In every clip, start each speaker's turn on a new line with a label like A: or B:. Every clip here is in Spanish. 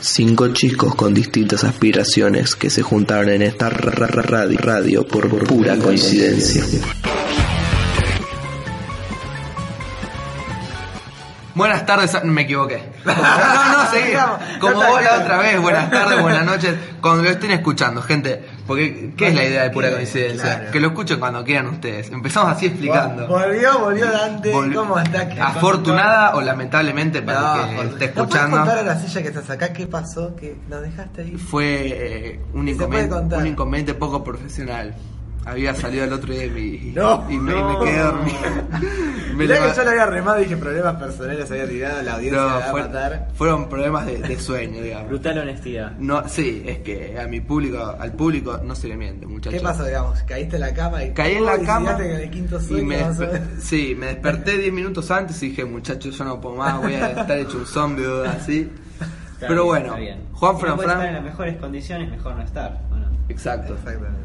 A: Cinco chicos con distintas aspiraciones que se juntaron en esta ra- ra- ra- radio, radio por por pura coincidencia.
B: Buenas tardes, a- me equivoqué. No, no, seguí. Como vos la otra vez, buenas tardes, buenas noches, cuando lo estén escuchando, gente. Porque, ¿qué es la idea de pura coincidencia? Que lo escuchen cuando quieran ustedes. Empezamos así explicando.
C: Volvió, volvió Dante.
B: Vol-
C: ¿Cómo está? ¿Qué pasó?
B: Afortunada o lamentablemente para
C: No,
B: el que esté
C: afortunada. ¿No podés contar a
B: escuchando,
C: la silla que estás acá qué pasó? que ¿Nos dejaste ahí?
B: fue eh, un,
C: Se puede
B: inconveniente,
C: contar.
B: un inconveniente poco profesional. Había salido el otro día y, me-
C: No,
B: y me, y me
C: no.
B: quedé dormido. Me
C: Mirá
B: leva-
C: que yo la había remado y dije problemas personales, había tirado, la audiencia
B: No,
C: la va
B: fue-
C: a matar.
B: fueron problemas de, de sueño, digamos.
D: Brutal honestidad.
B: No, sí, es que a mi público, al público no se le miente, muchachos.
C: ¿Qué pasó, digamos? ¿Caíste en la cama y
B: Caí en la
C: Uy,
B: cama
C: llegaste con el quinto
B: y
C: sueño,
B: me,
C: más o
B: desper-
C: menos.
B: sí, me desperté 10 minutos antes y dije, muchachos, yo no puedo más, voy a estar hecho un zombie o así.
D: Está
B: Pero
D: bien,
B: bueno,
D: está bien.
B: Juan
D: Si
B: Fran
D: no puede estar en las
B: Fran.
D: mejores condiciones, mejor no estar. ¿o no?
B: Exacto.
C: Exactamente.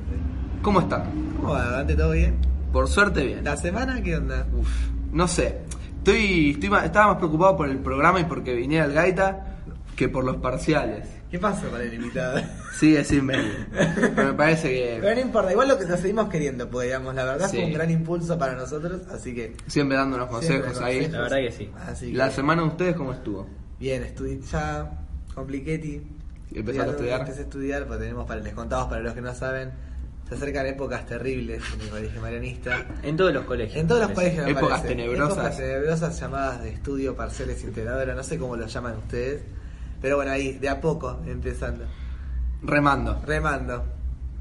B: ¿Cómo están?
C: ¿Cómo va, Dante? ¿Todo bien?
B: Por suerte, bien.
C: ¿La semana qué onda?
B: Uf, no sé. Estoy, estoy más- estaba más preocupado por el programa y porque viniera el Gaita que por los parciales.
C: ¿Qué pasó con el invitado?
B: Sigue sin venir. Pero me parece que
C: Pero no importa, igual lo que nos seguimos queriendo, pues, digamos, la verdad
B: Sí.
C: fue un gran impulso para nosotros, así que...
B: siempre dando unos
C: siempre
B: consejos ahí.
C: consejos.
D: La verdad que sí.
C: Así que,
B: ¿La semana de ustedes cómo estuvo?
C: bien, estudié ya, compliquetti.
B: ¿Y empezaste a estudiar?
C: Empecé a estudiar, porque tenemos para les contados, para los que no saben, se acercan épocas terribles en el colegio marianista.
D: En todos los colegios.
C: En todos los
D: me parece.
C: colegios me
B: Épocas
C: parece.
B: tenebrosas.
C: Épocas tenebrosas llamadas de estudio, parciales, integradoras, no sé cómo lo llaman ustedes. Pero bueno, ahí, de a poco, empezando.
B: Remando.
C: Remando.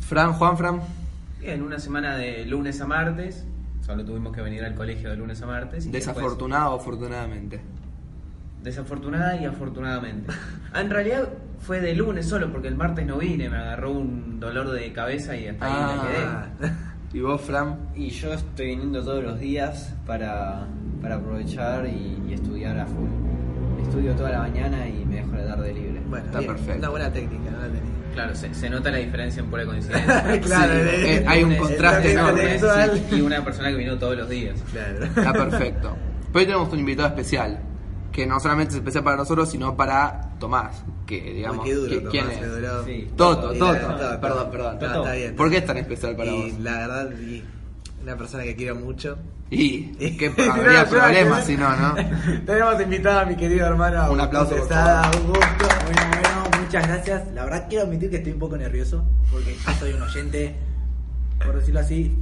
B: Fran, Juan, Fran.
E: Bien, una semana de lunes a martes. Solo tuvimos que venir al colegio de lunes a martes. y
B: Desafortunado o afortunadamente.
E: después- desafortunada y afortunadamente. Ah, en realidad fue de lunes solo porque el martes no vine, me agarró un dolor de cabeza y hasta ahí me quedé.
B: Ah. ¿Y vos, Fran?
D: Y yo estoy viniendo todos los días para, para aprovechar y, y estudiar a full. Estudio toda la mañana y me dejo la tarde libre.
C: Bueno,
B: Está
C: bien,
B: perfecto.
C: Una buena técnica, no la tenía.
E: Claro, se, se nota la diferencia en pura coincidencia.
C: Claro,
B: Sí,
C: eh,
B: eh, hay un
C: eh,
B: contraste
C: está bien,
B: enorme. Ah,
C: está bien.
E: Sí, y una persona que vino todos los días.
C: Claro.
B: Está perfecto. Pero hoy tenemos un invitado especial, que no solamente es especial para nosotros, sino para Tomás, que digamos,
C: Uy, qué duro,
B: que-
C: Tomás,
B: ¿quién
C: se
B: es?
C: duró.
D: Sí.
B: Toto,
C: Y la-
B: Toto.
C: no,
B: perdón, perdón.
C: no, está bien.
B: ¿Por qué es tan especial para
C: y
B: vos?
C: la verdad, y una persona que quiero mucho.
B: Y que
C: Si no,
B: habría
C: yo la
B: problemas si
C: quiero-
B: no, ¿no?
C: Tenemos invitado a mi querido hermano. Augusto
B: aplauso, por
C: Quesada.
B: favor.
C: Augusto.
F: Bueno, bueno, muchas gracias. La verdad quiero admitir que estoy un poco nervioso porque yo soy un oyente, por decirlo así,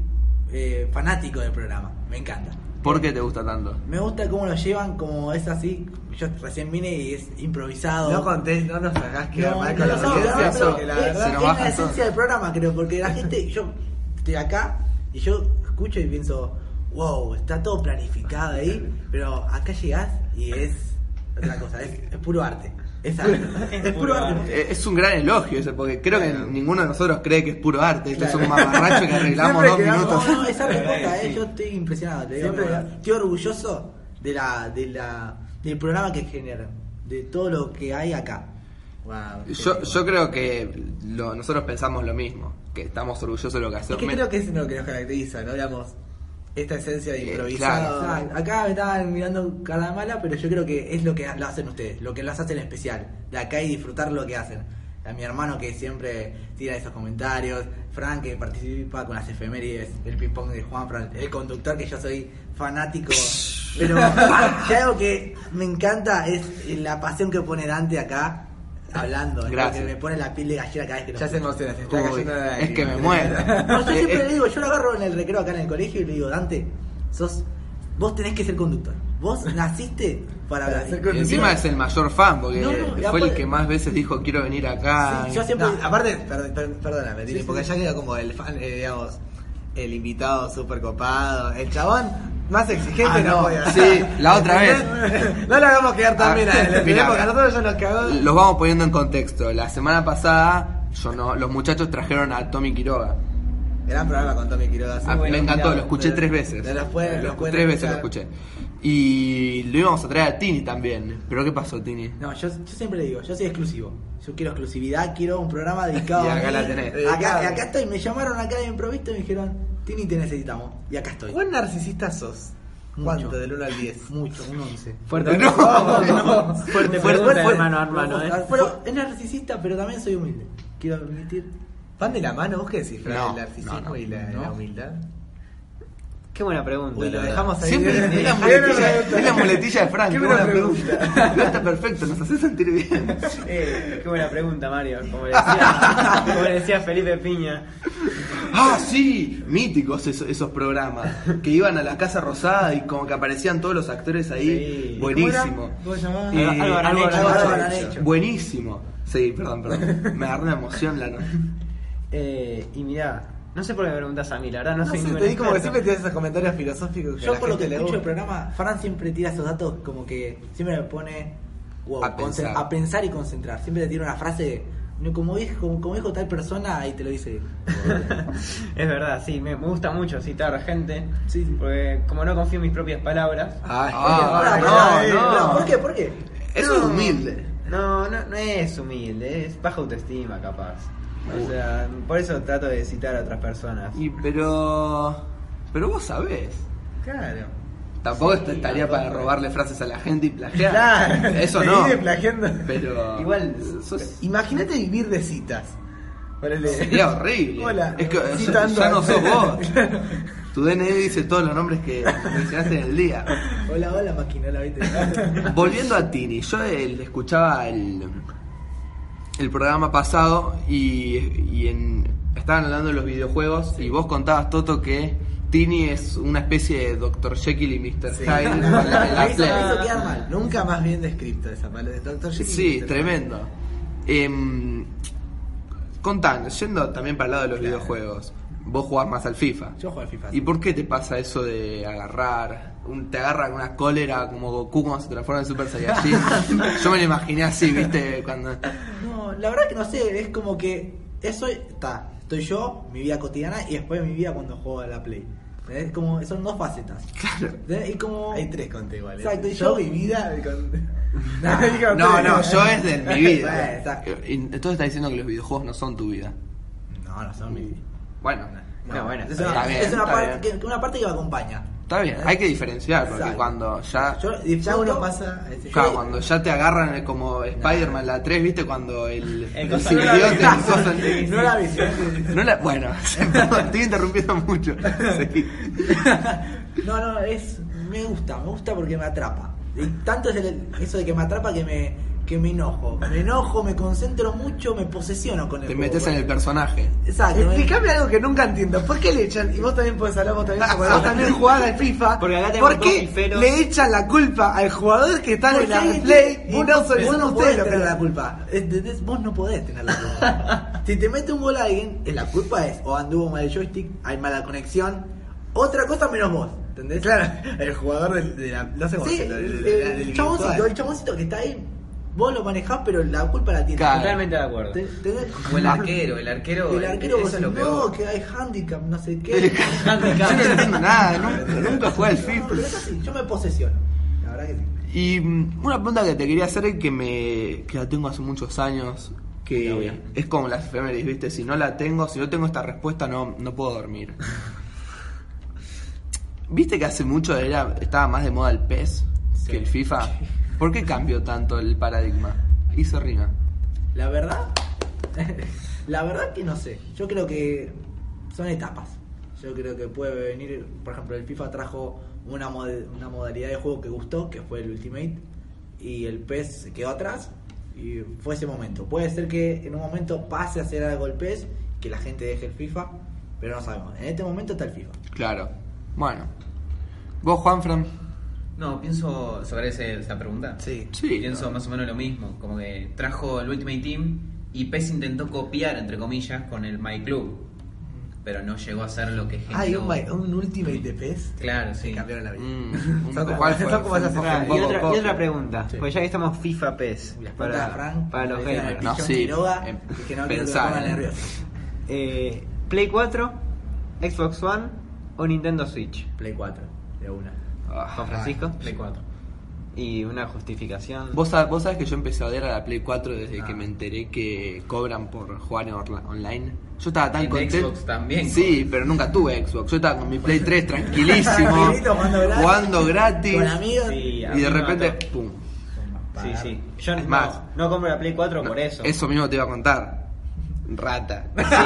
F: eh, fanático del programa. Me encanta.
B: ¿Por qué te gusta tanto?
F: Me gusta cómo lo llevan, como es así. Yo recién vine y es improvisado.
C: No contés, no nos hagas quedar
F: No,
C: mal
F: no,
C: con la
F: no, no,
C: audiencia,
F: no,
B: eso,
F: pero
C: porque la
F: es-
C: verdad.
B: se nos
F: es
B: baja
F: la esencia
B: todo.
F: del programa, creo, porque la gente, yo estoy acá y yo escucho y pienso, wow, está todo planificado ahí, pero acá llegás y es otra cosa, es, es puro arte. Es, arte. es puro arte.
B: Eh, Es un gran elogio ese, porque creo que ninguno de nosotros cree que es puro arte. Esto es un
F: Claro.
B: mamarracho que arreglamos
C: Siempre
B: dos
C: quedamos-
B: minutos.
F: No, no, es arte
D: La verdad
F: posta,
D: que
F: eh,
D: sí.
F: yo estoy impresionado, te digo,
C: Siempre
F: la verdad.
C: la-
F: estoy orgulloso de la, de la, del programa que generan, de todo lo que hay acá.
C: Wow,
B: Yo,
C: qué
B: yo creo que lo- nosotros pensamos lo mismo, que estamos orgullosos de lo que
C: Es
B: hacemos.
C: que creo que es lo que nos caracteriza, ¿no? Digamos, esta esencia de
B: Eh,
C: improvisado.
F: O sea, acá me estaban mirando cara mala, pero yo creo que es lo que lo hacen ustedes, lo que las hacen especial, de acá y disfrutar lo que hacen. A mi hermano que siempre tira esos comentarios, Fran que participa con las efemérides, el ping pong de Juan Fran, el conductor que yo soy fanático. Pero si algo que me encanta es la pasión que pone Dante acá hablando, es lo
B: Gracias.
F: que me pone la piel de gallina cada vez que lo
C: Ya se
F: escucho.
C: emociona, se está
B: Uy,
C: cayendo la
B: es que me
C: lágrima.
B: muero.
F: No, yo
B: Eh,
F: siempre
B: eh,
F: le digo, yo lo agarro en el recreo acá en el colegio y le digo, Dante, sos, vos tenés que ser conductor. Vos naciste para,
C: Para
F: hablar.
C: ser
B: y encima es el mayor fan, porque
F: No, no, y
B: fue el
F: aparte-
B: que más veces dijo quiero venir acá.
F: Sí, yo siempre-
C: No, aparte, per- per- perdóname, Tini,
F: sí,
C: porque
F: sí.
C: ya queda como el fan, eh, digamos, el invitado súper copado. El chabón Más exigente
B: Ah,
C: no
B: no,
C: voy a
B: sí, la otra vez. Ah,
C: No la hagamos quedar tan bien a él,
B: Mira,
C: porque a nosotros ya nos cagó.
B: Los vamos poniendo en contexto. La semana pasada, yo no, los muchachos trajeron a Tommy Quiroga.
C: Gran programa con Tommy Quiroga.
B: Ah, me
C: muy buen
B: encantó,
C: invitado.
B: lo escuché
C: Pero-
B: tres veces.
C: pero los pueden-
B: Lo
C: los
B: escu-
C: pueden
B: tres veces lo
C: escuchar.
B: escuché. Y lo íbamos a traer a Tini también. Pero ¿qué pasó, Tini?
F: No, yo, yo siempre le digo, yo soy exclusivo. Yo quiero exclusividad, quiero un programa dedicado.
B: Y
F: a
B: acá
F: mí.
B: la tenés.
F: Eh, Acá, acá estoy, me llamaron acá de improviso y me dijeron, Tini, te necesitamos. Y acá estoy.
C: ¿Cuán narcisista sos?
F: Mucho.
C: ¿Cuánto? Del 1 al 10.
F: Mucho, un 11.
G: Fuerte,
B: No,
C: no.
G: fuerte
C: Fuerte,
G: pregunta,
C: fuerte.
G: hermano, hermano. ¿eh?
F: Pero es narcisista, pero también soy humilde. Quiero admitir.
C: ¿Van de la mano? ¿Vos qué decís? Fran?
B: No,
C: ¿El narcisismo
B: no, no.
C: y la, la humildad?
G: Qué buena pregunta.
C: Uy,
G: la
C: lo
G: verdad.
C: dejamos ahí.
B: Siempre
C: bien.
B: es la
C: Ahí no
B: muletilla,
C: me gusta.
B: es la muletilla de Frank.
C: Qué
B: Qué
C: buena
B: buena pregunta. No está perfecto, nos hace sentir bien.
G: Eh, qué buena pregunta, Mario. Como le decía, como le decía Felipe Piña.
B: Ah, sí, míticos esos, esos programas. Que iban a la Casa Rosada y como que aparecían todos los actores ahí.
G: Sí.
B: Buenísimo.
C: ¿Cómo llamás?
B: Eh,
G: Algo- algo habrán hecho,
F: algo habrán hecho.
B: Buenísimo. Sí, perdón, perdón. Me agarró una emoción la noche.
G: Eh, y mirá, no sé por qué me preguntas a mí, la verdad no,
C: No
G: soy
C: sé,
G: ningún
C: te di como que
G: experto.
C: siempre tienes esos comentarios filosóficos.
F: Yo por lo que escucho
C: escucho
F: el programa, Fran siempre tira esos datos como que siempre me pone wow,
B: A
F: conce-
B: pensar.
F: a pensar y concentrar. Siempre te tira una frase, no, como dijo, como, como dijo tal persona, y te lo dice.
G: Es verdad, sí, me me gusta mucho citar gente.
F: Sí, sí.
G: Porque como no confío en mis propias palabras.
B: Ah,
F: Pará, pará, eh, no, ¿Por qué? ¿Por qué?
B: Eso es humilde.
G: No, no, no es humilde, es baja autoestima capaz. O sea, por eso trato de citar a otras personas.
B: Y pero. Pero vos sabés.
C: Claro.
B: Tampoco est- estaría para robarle frases a la gente y plagiar. Eso no.
C: Seguir plagiando.
B: Pero.
G: Igual, eh,
B: sos-
C: Imagínate vivir de citas. Ponele-
B: Sería horrible.
C: Hola.
B: Es que ya-
C: Citando
B: ya
C: a-
B: no sos vos. Tu DNI dice todos los nombres que mencionaste en el día.
F: Hola, hola, máquina, la viste.
B: Volviendo a Tini, yo eh, escuchaba el, el programa pasado y, y en- estaban hablando de los videojuegos y vos contabas, Toto, que Tini es una especie de Dr. Jekyll y Mr.
C: Sí.
B: Hyde en la
C: Me hizo- me hizo
B: Play.
C: quedar mal. Nunca más bien descrito esa mala de Dr. Jekyll.
B: Sí,
C: Mr.
B: tremendo. Em, contando, yendo también para el lado de los videojuegos, vos jugás más al FIFA.
F: Yo juego al FIFA.
B: ¿Y por qué te pasa eso de agarrar? un- te agarra con una cólera como Goku cuando se transforma en Super Saiyajin. Yo me lo imaginé así, ¿viste? Cuando...
F: No, la verdad que no sé, es como que eso está, estoy yo, mi vida cotidiana y después mi vida cuando juego a la Play. Es como, son dos facetas.
B: Claro.
F: ¿Entendés? Y como...
C: Hay tres conté igual. ¿eh?
F: Exacto, y
C: yo
F: yo-
C: mi vida con...
B: No, no, yo es de mi
F: Bueno,
B: vida.
F: exacto.
B: Y Entonces estás diciendo que los videojuegos no son tu vida.
F: No, no son mi
B: Bueno,
G: No, bueno,
F: Es
G: está
F: una,
B: bien,
F: es una
B: está
F: parte, que- que, una parte que me acompaña.
B: está bien, hay que diferenciar porque
F: Exacto.
B: cuando ya...
F: Yo
C: Ya
F: disfruto-
C: uno pasa... ese-
B: Claro, cuando ya te agarran eh, como Spider-Man la 3, ¿viste? Cuando el, el,
G: cosa-
B: simbionte-
G: no la
B: el cosa-
F: No la vi. sí.
B: No la- bueno, estoy interrumpiendo mucho. Sí.
F: No, no, es me gusta, me gusta porque me atrapa. Y tanto es el- eso de que me atrapa que me que me enojo. Me enojo, me concentro mucho, me posesiono con el
B: Te
F: juego,
B: metes en
F: güey.
B: el personaje.
F: Exacto. me-
C: Explícame Eh, algo que nunca entiendo. ¿Por qué le echan? Y vos también podés hablar, vos también, porque vos también jugás al FIFA.
G: Porque acá tenemos
C: ¿Por qué
G: dos fiferos.
C: le echan la culpa al jugador que está
F: Porque
C: en la
F: hay-
C: play y
F: vos
C: no son,
F: vos
C: son
F: no
C: ustedes
F: podés
C: los que
F: tener
C: le
F: la culpa. ¿Entendés? Vos no podés tener la culpa. si te mete un gol a alguien, eh, la culpa es o anduvo mal el joystick, hay mala conexión, otra cosa menos vos. ¿Entendés?
C: Claro, el jugador del, de la. No sé cómo
F: Sí,
C: se lo- del-
F: el,
C: del- del
F: chaboncito,
C: virtual.
F: el chaboncito que está ahí, vos lo manejás, pero la culpa la tiene.
B: Claro.
G: Totalmente de acuerdo.
F: Te- te-
E: O el arquero, el arquero.
F: El arquero vos
E: eso es lo
F: decís,
E: peor.
F: no, que hay handicap, no sé
B: El
F: qué.
B: handicap. Yo no entiendo nada, nunca, nunca jugué al
F: No,
B: FIFA.
F: pero es así, yo me posesiono. La verdad que sí.
B: Y mm, una pregunta que te quería hacer y que me que la tengo hace muchos años, que es como las efemérides, ¿viste? Si no la tengo, si no tengo esta respuesta no, no puedo dormir. ¿Viste que hace mucho era estaba más de moda el PES que el FIFA? ¿Por qué cambió tanto el paradigma? Hice rima.
F: La verdad, la verdad que no sé. Yo creo que son etapas. Yo creo que puede venir, por ejemplo, el FIFA trajo una, mod- una modalidad de juego que gustó, que fue el Ultimate, y el PES se quedó atrás, y fue ese momento. Puede ser que en un momento pase a hacer algo el PES, que la gente deje el FIFA, pero no sabemos. En este momento está el FIFA.
B: Claro. Bueno. ¿Vos, Juanfran?
E: No, pienso sobre ese- esa pregunta.
F: Sí.
B: Sí.
E: Pienso más o menos lo mismo. Como que trajo el Ultimate Team y PES intentó copiar, entre comillas, con el My Club. pero no llegó a ser lo que generó.
F: Ah,
C: Hay un, ma- un Ultimate de PES.
E: Claro, sí.
C: Te cambiaron la vida.
B: Mm, un
C: Son como-
B: ¿Cuál fue?
C: son como esas
B: Fue un
C: escenas.
G: Ah, y,
B: poco
G: otra, y
B: poco.
G: otra pregunta, pues ya que estamos FIFA PES,
F: Para,
G: para,
F: Frank,
G: para los
F: le decían al
G: gamers.
B: No,
F: pichón
B: sí,
F: Quiroga,
B: em,
F: y que no quiero que me
B: pensá,
F: pongan
B: eh.
F: nervioso.
G: Eh, Play 4, Xbox One o Nintendo Switch.
F: Play 4, de una.
B: Ah,
G: Con Francisco.
E: Play 4.
G: Y una justificación.
B: Vos sab- vos sabés que yo empecé a odiar a la Play 4 desde que me enteré que cobran por jugar en orla- online. Yo estaba tan
E: En
B: contento.
E: Xbox también.
B: Sí, pero nunca tuve Xbox. Yo estaba con mi Play 3 tranquilísimo,
F: Tranquilito, jugando gratis.
B: jugando gratis.
F: Con amigos.
G: Sí, a
B: y
G: mí
B: de
G: me
B: repente,
G: mató.
B: pum.
G: Sí, sí. Yo
B: Es
G: no,
B: más.
G: no compro la Play 4
B: No,
G: por eso.
B: mismo te iba a contar. Rata.
F: Rato.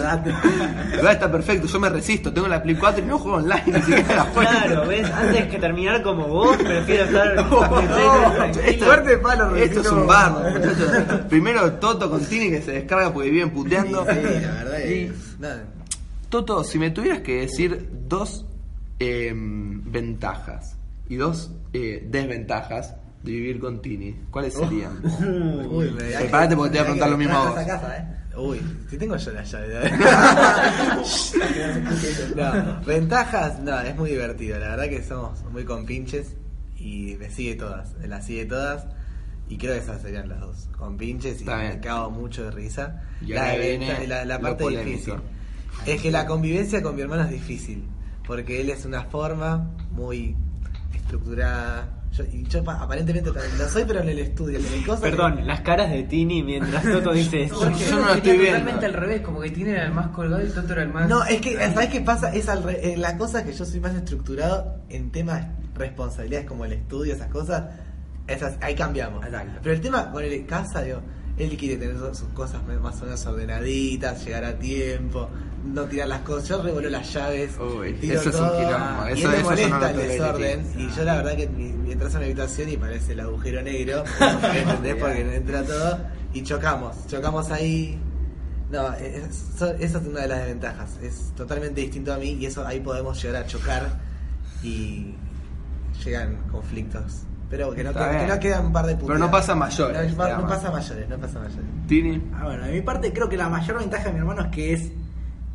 B: Rata está perfecto, yo me resisto. Tengo la Play 4 y no juego online, ni siquiera la juego.
G: Claro, ¿ves? Antes que terminar como vos, prefiero estar.
B: Esto-
C: Fuerte palo,
B: Esto es
C: Rufino.
B: un bardo, muchachos. Primero Toto con Tini que se descarga porque viven puteando.
C: La verdad es. nada.
B: Toto, si me tuvieras que decir dos em, ventajas y dos eh, desventajas de vivir con Tini, ¿cuáles
C: Oh.
B: serían?
C: Uy, me- hay que-
B: Preparate porque te voy a
C: hay que
B: preguntar lo mismo a
C: entrar
B: vos.
C: esa casa, ¿eh? Uy, te tengo yo la llave. no, ventajas, no, es muy divertido. La verdad que somos muy compinches y me sigue todas. Me las sigue todas y creo que esas serían las dos. Compinches y
B: Está bien.
C: me cago mucho de risa.
B: Y
C: la,
B: ahora
C: de
B: viene
C: venta- la, la
B: lo
C: parte
B: polémico.
C: difícil. Es que la convivencia con mi hermano es difícil, porque él es una forma muy estructurada. Yo, y yo pa- aparentemente también lo soy, pero en el estudio, en mi cosa.
G: Perdón, las caras de Tini mientras Toto dice eso.
B: Yo no la estoy viendo.
E: Totalmente al revés, como que tiene era el más colgado y el Toto era el más.
C: No, es que, eh, ¿sabes qué pasa? Es al re- eh, la cosa es que yo soy más estructurado en temas responsabilidades como el estudio, esas cosas. Esas, ahí cambiamos.
F: Exacto.
C: Pero el tema con el casa, digo, él quiere tener so- sus cosas me- más o menos ordenaditas, llegar a tiempo, no tirar las cosas. Yo revolo las llaves,
B: Uy,
C: tiro
B: eso es un
C: todo,
B: quilombo,
C: y
B: eso-
C: él me
B: eso
C: molesta
B: no lo
C: el
B: tolero,
C: desorden. Y yo la verdad que mi- mi- entras a una habitación y parece el agujero negro, ¿entendés? Porque entra todo y chocamos, chocamos ahí. No, es- so- esa es una de las desventajas. Es totalmente distinto a mí y eso ahí podemos llegar a chocar y llegan conflictos. Pero que no,
B: Está
C: que,
B: bien.
C: no quedan un par de puntos.
B: Pero no pasa mayores.
C: No, no
B: digamos.
C: pasa mayores, no pasa mayores.
B: Tini.
F: Ah, bueno, de mi parte creo que la mayor ventaja de mi hermano es que es,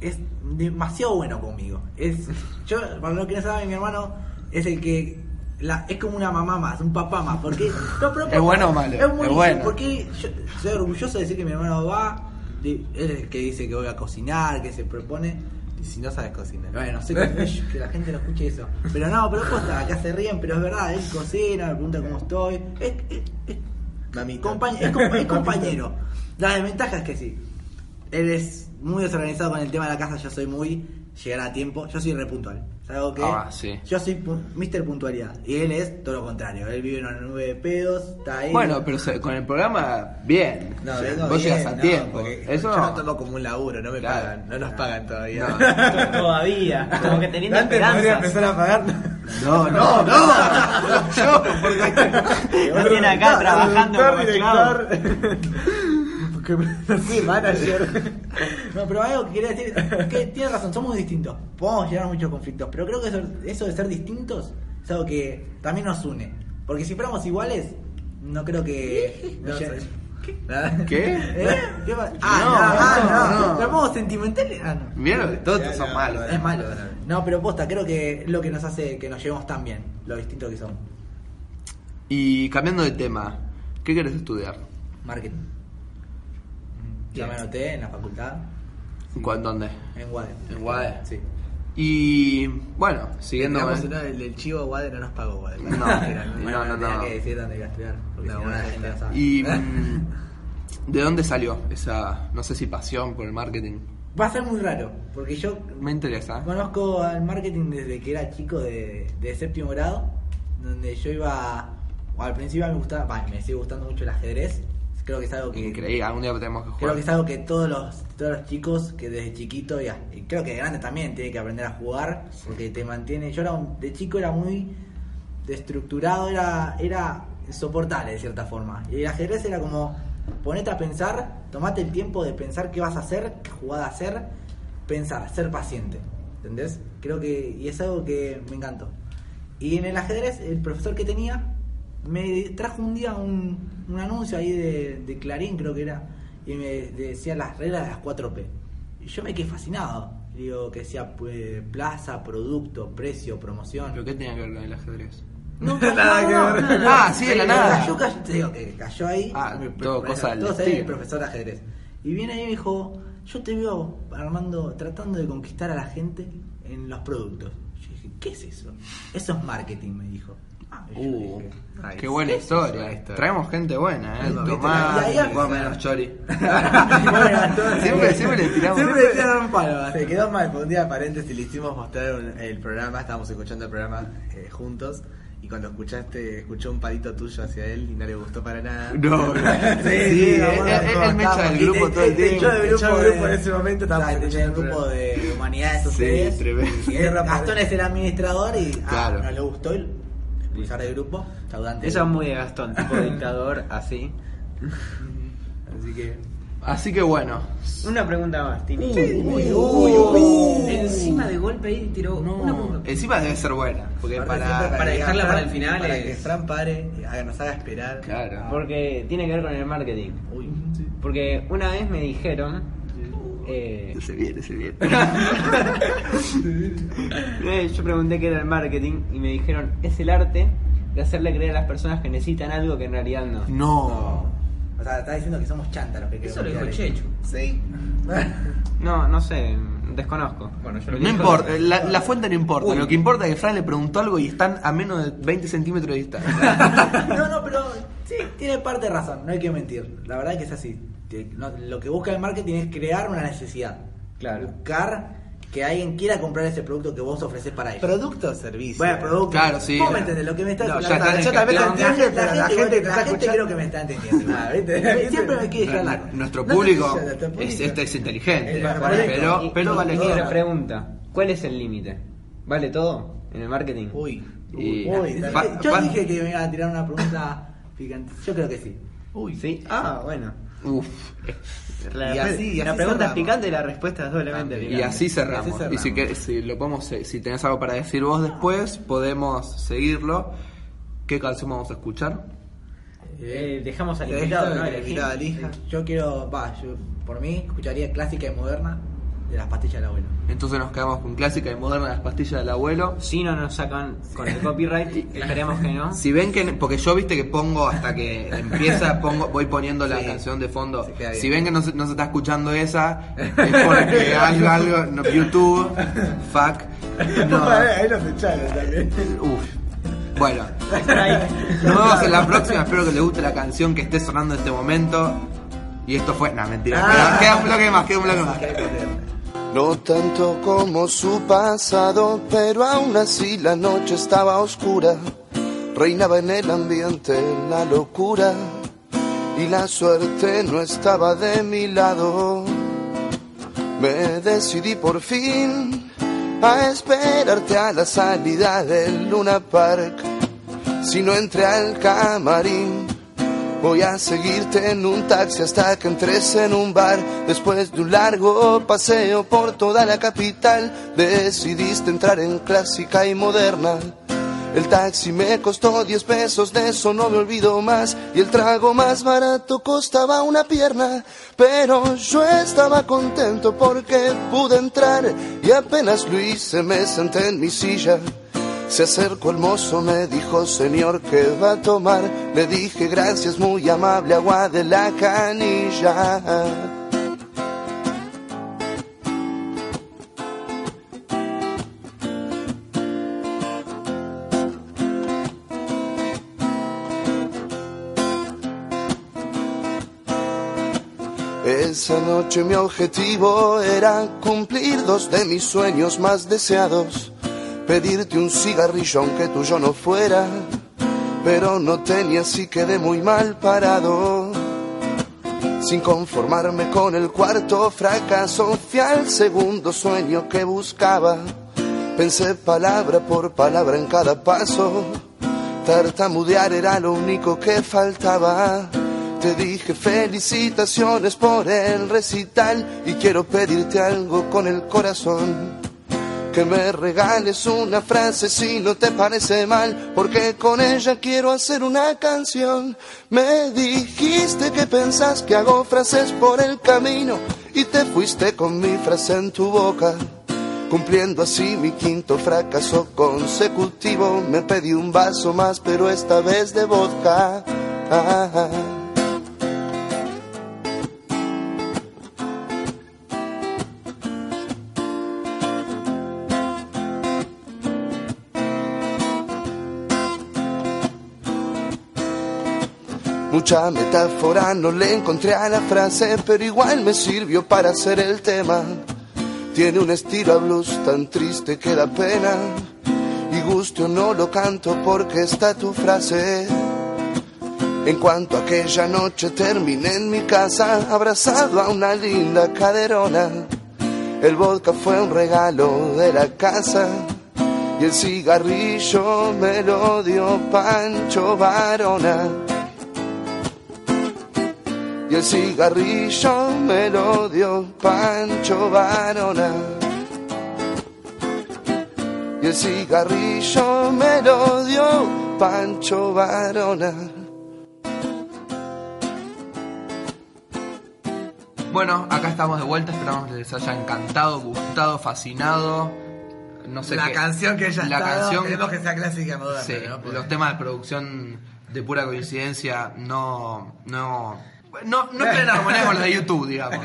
F: es demasiado bueno conmigo. Es, yo, para los que no saben, mi hermano es el que la, es como una mamá más, un papá más, porque no, pero-
B: ¿Es bueno o malo?
F: Es, muy
B: Es bueno.
F: porque yo soy orgulloso de decir que mi hermano va, de- él es el que dice que voy a cocinar, que se propone.
C: Y si no sabes cocinar.
F: Bueno, sé que, que la gente no escuche eso. Pero no, pero posta, acá se ríen, pero es verdad, él cocina, me pregunta cómo estoy. Es, es- es-
C: Mamita.
F: compañ- es compa- es compañero. La desventaja es que sí. Él es muy desorganizado con el tema de la casa, yo soy muy llegar a tiempo, yo soy repuntual. Es algo que
B: Ah, sí.
F: yo soy pu- Mr. Puntualidad. Y él es todo lo contrario, él vive en una nube de pedos, está ahí.
B: Bueno, pero se- con el programa, bien.
C: No,
B: O sea,
C: vengo
B: vos
C: bien,
B: llegas a
C: no,
B: tiempo.
C: porque
B: Eso
C: Yo no tomo como un laburo, no me
B: Claro.
C: pagan, no nos pagan todavía.
B: No.
G: Todavía, como que teniendo
C: Dante podría
G: esperanzas.
C: empezar a pagar.
B: No, no, no. Yo, porque-
G: Vos tiene acá trabajando como esclavo.
C: Porque no soy manager.
F: No, pero algo que quería decir, que tiene razón, somos distintos, podemos llegar a muchos conflictos, pero creo que eso, eso de ser distintos es algo que también nos une. Porque si fuéramos iguales, no creo que...
C: No,
F: ¿Qué?
C: soy- Nada.
B: ¿Qué?
F: ¿Eh? ¿Qué va- ah,
B: No,
F: no, ah,
B: no,
F: no,
B: no.
F: ¿Nos vamos sentimentales? Ah, no.
B: Mira, todos son malos.
F: Es malo. No, pero posta, creo que es lo que nos hace que nos llevemos tan bien, lo distintos que somos.
B: Y cambiando de tema, ¿qué querés estudiar?
F: Marketing. Ya me anoté en la facultad,
B: ¿En cuán- dónde?
F: en Guadalajara.
B: En Guade.
F: Sí.
B: Y bueno, siguiendo.
C: Digamos, no, el, el chivo Wade no nos pagó Wade.
B: No, no, no,
F: Tenía
B: no.
F: que decir dónde iba a estudiar, porque
C: No,
F: si no,
C: bueno,
F: la gente no sabe.
B: Y mm, ¿de dónde salió esa, no sé si pasión por el marketing?
F: Va a ser muy raro, porque yo
B: Me interesa.
F: conozco al marketing desde que era chico de, de séptimo grado, donde yo iba, o al principio me gustaba, va, me sigue gustando mucho el ajedrez, creo que es algo que...
B: Increíble, algún día tenemos que
F: Creo que es
B: jugar.
F: algo que todos los, todos los chicos que desde chiquito y, a- y creo que de grande también tienen que aprender a jugar porque te mantiene. Yo era un- de chico era muy estructurado, era, era insoportable de cierta forma. Y el ajedrez era como ponete a pensar, tomate el tiempo de pensar qué vas a hacer, qué jugada hacer, pensar, ser paciente. ¿Entendés? Creo que. Y es algo que me encantó. Y en el ajedrez, el profesor que tenía me trajo un día un, un anuncio ahí de, de Clarín, creo que era, y me decía las reglas de las 4P. Y yo me quedé fascinado. Digo, que sea pues, plaza, producto, precio, promoción.
B: ¿Pero qué tenía que ver con el ajedrez?
F: No,
C: Nada que ver.
B: Ah, sí, de la nada.
F: Cayó, cayó, te digo que cayó ahí.
B: Ah,
F: mi-
B: todo
F: bueno,
B: cosa del
F: todos ahí,
B: destino.
F: el profesor de ajedrez. Y viene ahí y me dijo, yo te veo armando, tratando de conquistar a la gente en los productos. Yo dije, ¿qué es eso? Eso es marketing, me dijo. Ah, y yo
B: Uh,
F: dije,
C: Nice.
B: qué buena
F: Sí, sí,
B: historia.
C: sí, sí.
B: Traemos gente buena, ¿eh?
C: Sí,
B: Tomás,
F: sí, sí.
B: vos menos chori.
F: Bueno, entonces- eh,
B: siempre, siempre le tiramos.
F: Siempre le tiraron palo.
C: Se quedó mal, fue un día de paréntesis, le hicimos mostrar un- el programa, estábamos escuchando el programa eh, juntos. Y cuando escuchaste, escuchó un palito tuyo hacia él y no le gustó para nada.
B: No, no. Sí, él- él- él me echa del grupo todo el tiempo.
C: Yo del grupo,
F: Echó del
C: grupo en ese momento estaba
F: Estaba en el grupo de humanidades sociales.
B: tremendo.
F: Y él- Gastón es el administrador y ah,
B: Claro.
F: no le gustó el expulsar del grupo. Saudante.
G: Eso es muy de Gastón, tipo dictador, así.
F: Así que.
B: Así que bueno.
G: Una pregunta más, Tini.
E: Encima de golpe ahí tiró una
B: No.
E: punta.
B: Encima debe ser buena. Porque
C: Aparte
B: para.
C: siempre
E: para
C: que
E: dejarla para
C: Fran-
E: el final
C: Para
E: es-
C: que Fran pare, y haga- nos haga esperar.
B: Claro.
G: Porque tiene que ver con el marketing.
C: Uy.
G: Porque una vez me dijeron. eh,
B: Se viene, se viene.
G: eh, yo pregunté qué era el marketing y me dijeron: es el arte de hacerle creer a las personas que necesitan algo que en realidad no.
B: No.
F: O sea, está diciendo que somos chantas los que queremos.
E: Eso lo dijo
F: tirar
E: Checho.
C: Sí.
G: No, no sé, desconozco.
E: Bueno, yo lo
B: No
E: dije.
B: importa, la, la fuente no importa.
E: Uy.
B: Lo que importa es que Fran le preguntó algo y están a menos de 20 centímetros de distancia.
F: No, no, pero sí, tiene parte de razón, no hay que mentir. La verdad que es así. Te- no, lo que busca el marketing es crear una necesidad.
G: Claro.
F: Buscar que alguien quiera comprar ese producto que vos ofreces para ellos.
C: Producto o servicio.
F: bueno, producto.
B: Claro, sí.
F: Vos me entendés lo que me estás
B: No, ya
F: la-
B: está
F: la-
B: en
F: yo también te
B: campeón.
F: entiendo,
C: La
F: pero la
C: gente-
F: gente, la
C: la gente
F: gente creo que me está entendiendo. igual, ¿viste? Siempre me quiere jalar.
B: Nuestro
C: No te
B: público
C: pillas, nuestro
B: es,
C: público.
B: este es inteligente.
C: El barbarito.
B: Pero,
G: Y-
B: pero
G: y-
B: vale
G: y
B: todo.
G: otra pregunta: ¿cuál es el límite? ¿Vale todo en el marketing?
C: Uy.
B: Y-
C: Uy.
F: Yo
B: Pa-
F: eh, yo
B: pa-
F: dije que me iba a tirar una pregunta picante. Yo creo que sí.
G: Uy. Sí. Ah, bueno.
B: Uf.
G: La,
C: Y así- y
G: la
C: así
G: pregunta es
C: cerramos.
G: picante y la respuesta es doblemente
B: Y
G: picante.
B: así cerramos.
C: Y así cerramos.
B: Y si, querés- si lo podemos, se- si tenés algo para decir vos después, podemos seguirlo. ¿Qué canción vamos a escuchar?
G: Eh, dejamos al
C: Te
G: invitado,
C: dejo
G: ¿no?
C: el
G: Elegí.
C: invitado, elija.
F: Eh, Yo quiero, va, yo por mí escucharía clásica y moderna de las pastillas del abuelo.
B: Entonces nos quedamos con clásica y moderna las pastillas del abuelo.
G: Si no nos sacan con el copyright, esperemos que no.
B: Si ven que, porque yo viste que pongo hasta que empieza, pongo, voy poniendo la canción de fondo.
C: queda bien.
B: Si ven que no se, no se está escuchando esa, es porque algo, algo, no, YouTube, fuck. No.
C: Ahí los echaron también.
B: Uf. Bueno, nos vemos en la próxima. Espero que les guste la canción que esté sonando en este momento. Y esto fue. No, mentira.
C: Ah.
B: Queda- Queda un bloque más, queda un bloque más.
H: No tanto como su pasado, pero aún así la noche estaba oscura. Reinaba en el ambiente la locura y la suerte no estaba de mi lado. Me decidí por fin a esperarte a la salida del Luna Park. Si no entré al camarín, voy a seguirte en un taxi hasta que entres en un bar. Después de un largo paseo por toda la capital, decidiste entrar en clásica y moderna. El taxi me costó 10 pesos, de eso no me olvido más. Y el trago más barato costaba una pierna. Pero yo estaba contento porque pude entrar. Y apenas lo hice, me senté en mi silla. Se acercó el mozo, me dijo, señor, ¿qué va a tomar? Le dije, gracias, muy amable, agua de la canilla. Esa noche mi objetivo era cumplir dos de mis sueños más deseados. Pedirte un cigarrillo aunque tuyo no fuera, pero no tenía así quedé muy mal parado. Sin conformarme con el cuarto fracaso, fui al segundo sueño que buscaba. Pensé palabra por palabra en cada paso. Tartamudear era lo único que faltaba. Te dije felicitaciones por el recital y quiero pedirte algo con el corazón. que me regales una frase si no te parece mal, porque con ella quiero hacer una canción. Me dijiste que pensás que hago frases por el camino y te fuiste con mi frase en tu boca. Cumpliendo así mi quinto fracaso consecutivo, me pedí un vaso más, pero esta vez de vodka. Ah, ah, ah. Mucha metáfora no le encontré a la frase, pero igual me sirvió para hacer el tema. Tiene un estilo a blues tan triste que da pena. Y gusto no lo canto porque está tu frase. En cuanto aquella noche terminé en mi casa, abrazado a una linda caderona. El vodka fue un regalo de la casa. Y el cigarrillo me lo dio Pancho Varona. Y el cigarrillo me lo dio Pancho Varona. Y el cigarrillo me lo dio Pancho Varona.
B: Bueno, acá estamos de vuelta, esperamos que les haya encantado, gustado, fascinado. No sé
C: la
B: qué.
C: canción que ya
B: La
C: está,
B: canción-
C: esperemos que sea clásica moderna,
B: Sí,
C: ¿no? Porque-
B: los temas de producción de pura coincidencia no. no. No, no están en armonía con los de YouTube, digamos.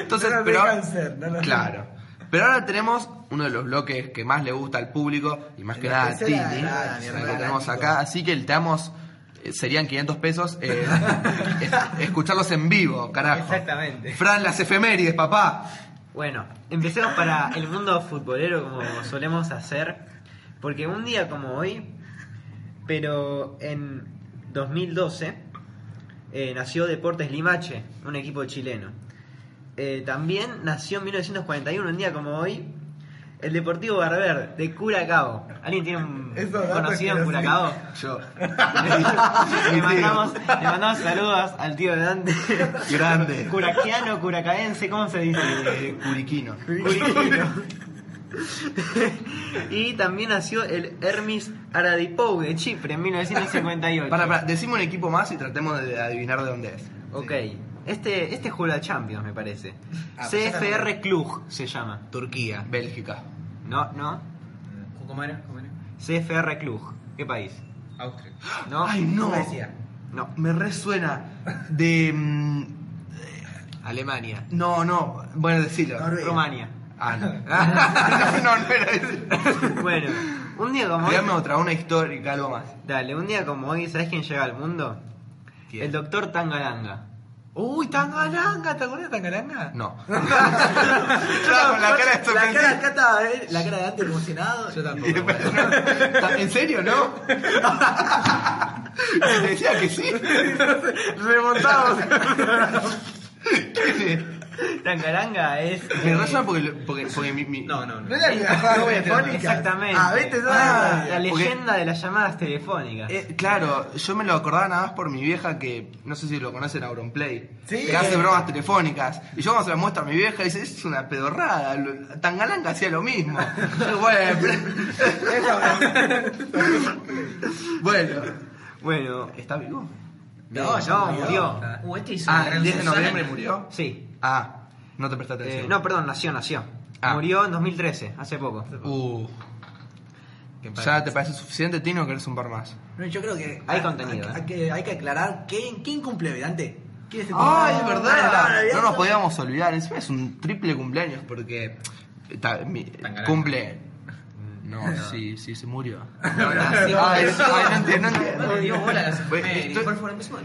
B: Entonces,
C: No nos
B: pero.
C: dejan ser, no nos
B: claro. Pero ahora tenemos uno de los bloques que más le gusta al público y más que
C: La
B: nada a ti,
C: tercera,
B: Nick,
C: ah, mi
B: el
C: hermano,
B: que tenemos
C: Nico.
B: acá. Así que el te damos, eh, serían 500 pesos eh, es- escucharlos en vivo, carajo.
G: Exactamente.
B: Fran, las efemérides, papá.
G: Bueno, empecemos para el mundo futbolero como solemos hacer, porque un día como hoy, pero en 2012, eh, nació Deportes Limache, un equipo chileno. Eh, también nació en 1941, un día como hoy, el Deportivo Barber de Curacao. ¿Alguien tiene un
C: Esos datos
G: conocido
C: que
G: en
C: los-
G: Curacao?
B: Yo.
G: le, mandamos, le mandamos saludos al tío de Dante.
B: Grande.
G: Curaquiano, curacaense, ¿cómo se dice?
B: Eh, Curiquino.
G: y también nació el Hermes Aradipou de Chipre en 1958.
B: Para, para, decime un equipo más y tratemos de adivinar de dónde es.
G: Ok, este, este juega la Champions, me parece.
C: Ah, pues ya está.
G: CFR Cluj se llama.
C: Turquía.
B: Bélgica.
G: No, no. Eh,
E: ¿Cómo era? ¿Cómo era?
G: CFR Cluj. ¿Qué país?
E: Austria.
G: No.
B: Ay, no.
E: Suecia.
G: No.
B: Me resuena de. mm,
C: Alemania.
B: No, no. Bueno, decilo.
G: Rumania.
B: Ah, no. no, no era ese.
G: Bueno, un día como hoy.
B: Dígame otra, una histórica, algo más.
G: Dale, un día como hoy, ¿sabes quién llega al mundo?
C: ¿Quién?
G: El doctor Tangalanga.
C: Uy, Tangalanga, ¿te acuerdas de Tangalanga?
B: No. Estaba con la cara de
C: La cara
B: sorprendido.
C: acá estaba, ¿eh? la cara de Dante emocionado. Yo
B: Y después, no. ¿En serio, no? ¿Te decía que sí?
G: Remontamos.
B: ¿Qué es?
G: Tangalanga es.
B: Me
G: eh,
B: resuena porque, porque, porque mi, mi-
E: No, no, no.
C: No era la
G: Nubes
C: telefónica.
G: Exactamente.
C: Ah, viste, no
G: Eh, Ah,
C: era
G: la
B: porque-
G: leyenda de las llamadas telefónicas.
B: Eh, claro, yo me lo acordaba nada más por mi vieja que, no sé si lo conocen, Auronplay,
C: Sí.
B: que hace bromas telefónicas. Y yo cuando se la muestro a mi vieja, dice, es una pedorrada, lo- Tangalanga hacía lo mismo. Yo, bueno, pero- bueno,
G: Bueno,
B: ¿está vivo?
G: no,
C: ya
G: no,
C: murió.
G: murió.
E: Uh, este hizo
B: Ah,
E: una gran
B: el 10 de
E: Susana.
B: noviembre murió.
G: Sí.
B: Ah, no te prestaste
G: Eh,
B: atención.
G: no, perdón, nació, nació.
B: Ah.
G: Murió en 2013, hace poco.
B: Uh, ¿Ya te parece suficiente, Tino, o querés un par más?
F: No, yo creo que.
G: Hay contenido,
F: Hay,
G: eh.
F: que, hay que aclarar quién, quién cumple hoy, Dante. ¿Quién es el
B: ¡Ay,
F: cumpleaños?
B: es
F: Ah,
B: verdad!
F: ¿verdad?
B: No nos podíamos olvidar. Encima es un triple cumpleaños porque ta- mi- cumple. No, sí, sí, se murió.
C: No, nació.
B: Ay, ay, no entiendo, no
E: No le dio
B: entiendo.
E: bola a las
B: Pues,
E: efemérides.
B: estoy-
E: Por favor, empecemos,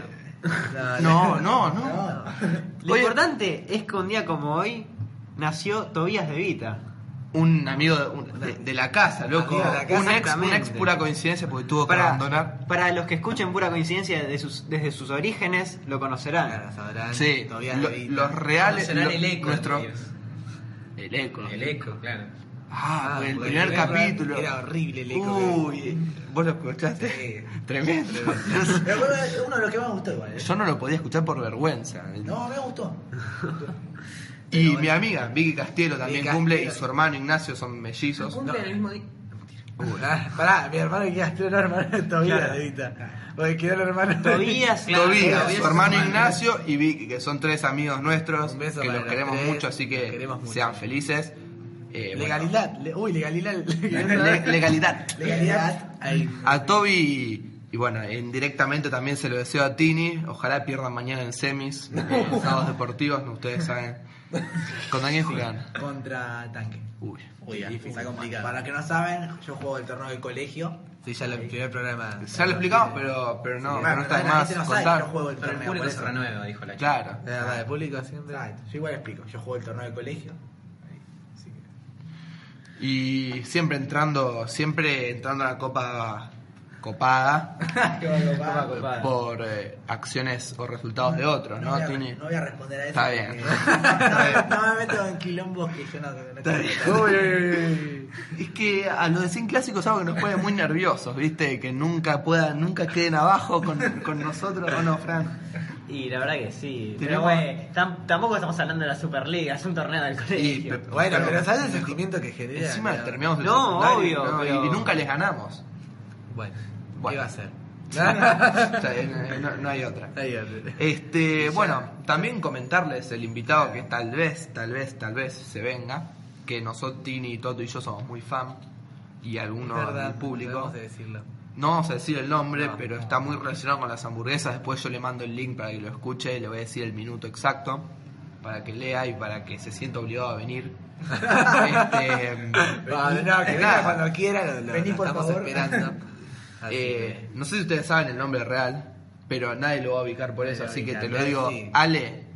E: ¿no?
B: No, no, no.
G: Lo
B: Oye,
G: importante es que un día como hoy nació Tobías de Vita.
B: un amigo de, un- de- de la casa, loco.
G: Amigo de la casa,
B: un, ex, un ex
G: exactamente.
B: pura coincidencia porque tuvo que abandonar.
G: para los que escuchen pura coincidencia de sus- desde sus orígenes, lo conocerán.
C: Claro, sabrán,
B: Sí,
C: todavía
B: lo-
C: no vi.
B: los reales.
E: Serán
B: lo-
E: el eco.
B: nuestro-
E: de ellos.
B: el eco.
E: El eco, claro.
B: Ah, pues el
C: porque
B: primer
C: el eco era-
B: capítulo.
C: era horrible el eco que-
B: Uy, ¿vos lo escuchaste? Tremendo.
F: Me acuerdo, es uno de los que más me gustó igual. eh.
B: Yo no lo podía escuchar por vergüenza.
F: No, me gustó.
B: Y mi amiga, Vicky Castielo, también
C: Vicky
B: cumple, y
C: Castielo.
B: su hermano Ignacio son mellizos.
G: Cumple el mismo día.
C: Ah, pará, mi hermano que quedaste un hermano de Tobías,
I: Claro.
C: Evita. Porque quedó el hermano de
I: Tobías,
B: Tobías,
I: claro,
B: su hermano Ignacio y Vicky, que son tres amigos nuestros,
C: Un beso
B: que
C: para
B: los
C: los
B: queremos
C: tres,
B: mucho, así
C: los
B: que
C: queremos mucho.
B: sean felices. Eh, bueno.
C: Legalidad. le- uy, legalidad.
B: Le- legalidad.
C: Legalidad. Ahí.
B: A Toby, y bueno, indirectamente también se lo deseo a Tini. Ojalá pierdan mañana en semis, eh, en sábados deportivos, no, ustedes saben. ¿Con quién juegan?
F: Contra tanque.
B: Uy.
C: Uy, está complicado.
F: Para los que no saben, yo juego el torneo del colegio.
C: Sí, ya lo- el primer programa.
B: Ya lo explicamos, pero, pero no,
F: Bueno,
B: no está de
F: la
B: más
F: gente no sabe que
B: contar.
F: yo juego el
G: Pero el
F: torneo.
G: público
F: por
G: se
F: eso.
G: renueva, dijo la chica.
B: Claro.
C: La verdad, el público siempre.
F: Right. Ah, Yo igual explico. Yo juego el torneo del colegio.
B: Y siempre entrando, siempre entrando a la copa copada
F: Copa, copa.
B: por eh, acciones o resultados de otros,
F: No,
B: ¿no,
F: voy a,
B: Tini?
F: no voy a responder a eso.
B: Está bien.
F: porque- No, no, no me meto en quilombos que yo no. no
B: Es que a los de 100 clásicos es algo que nos pone muy nerviosos, ¿viste? Que nunca puedan, nunca queden abajo con, con nosotros, ¿o no, Fran?
J: Y la verdad que sí. Pero
B: Tenemos-
J: güey, tam- tampoco estamos hablando de la Superliga, es un torneo del
B: Y,
J: colegio.
B: pe-
C: Bueno, pero ¿sabes el sentimiento que genera?
B: Encima
C: Mira,
B: terminamos el
J: No,
B: secundario,
J: obvio,
B: ¿no? Y-
J: pero-
B: Y, nunca les ganamos.
C: Bueno, ¿qué
B: Bueno.
C: va a ser?
B: O sea, eh, no, no hay otra.
C: Ahí, ahí.
B: Este, bueno, también comentarles el invitado que tal vez, tal vez, tal vez se venga, que nosotros, Tini, Toto y yo somos muy fan y algunos del público.
C: Vamos a decirlo.
B: No vamos a decir el nombre, pero está muy relacionado con las hamburguesas. Después yo le mando el link para que lo escuche, le voy a decir el minuto exacto, para que lea y para que se sienta obligado a venir. Este,
C: No, no, que venga
B: nada.
C: cuando quiera, lo, lo-
F: Vení,
C: lo
F: por
C: estamos
F: favor.
C: esperando. Así
B: Eh, no sé si ustedes saben el nombre real, pero nadie lo va a ubicar por eso,
C: Pero
B: así que te
C: ubican,
B: lo digo,
C: sí.
B: Ale,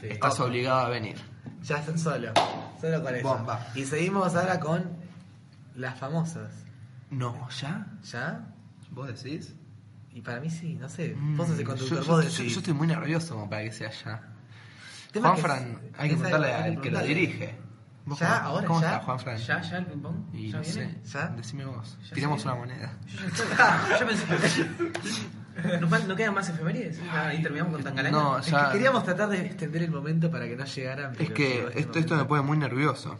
C: Sí.
B: estás obligado a venir.
C: que ya están solo, solo con eso.
B: Bomba.
C: Y seguimos ahora con las famosas.
B: No, ¿ya?
C: ¿Ya?
B: ¿Vos decís?
C: Y para mí sí, no sé.
B: Mm,
C: Vos sos el
B: yo,
C: conductor,
B: yo-
C: vos
B: yo-
C: decís.
B: yo estoy muy nervioso como para que sea ya.
C: Tema que
B: Juanfran, hay
C: es-
B: que
C: es algo
B: preguntarle
C: hay que
B: al que lo
C: preguntarle.
B: dirige. ¿Vos
C: Ya,
B: cómo-
C: ahora,
B: ¿Cómo
C: ya.
B: está Juanfran?
G: ¿Ya, ya el ping-pong?
B: Y
G: ¿Ya
B: no
G: viene?
B: sé,
C: ¿Ya?
B: decime vos.
G: Ya
B: Tiremos
G: se
B: una
G: viene.
B: moneda.
G: Yo ya estoy. Yo pensé. ¿No, fal- no quedan más efemérides? Ah, Ahí terminamos con Tangalanga.
B: No,
C: Es que
B: ya.
C: queríamos tratar de extender el momento para que no llegaran.
B: Es
C: pero
B: que
C: llegó este
B: esto, esto me
C: momento.
B: pone muy nervioso.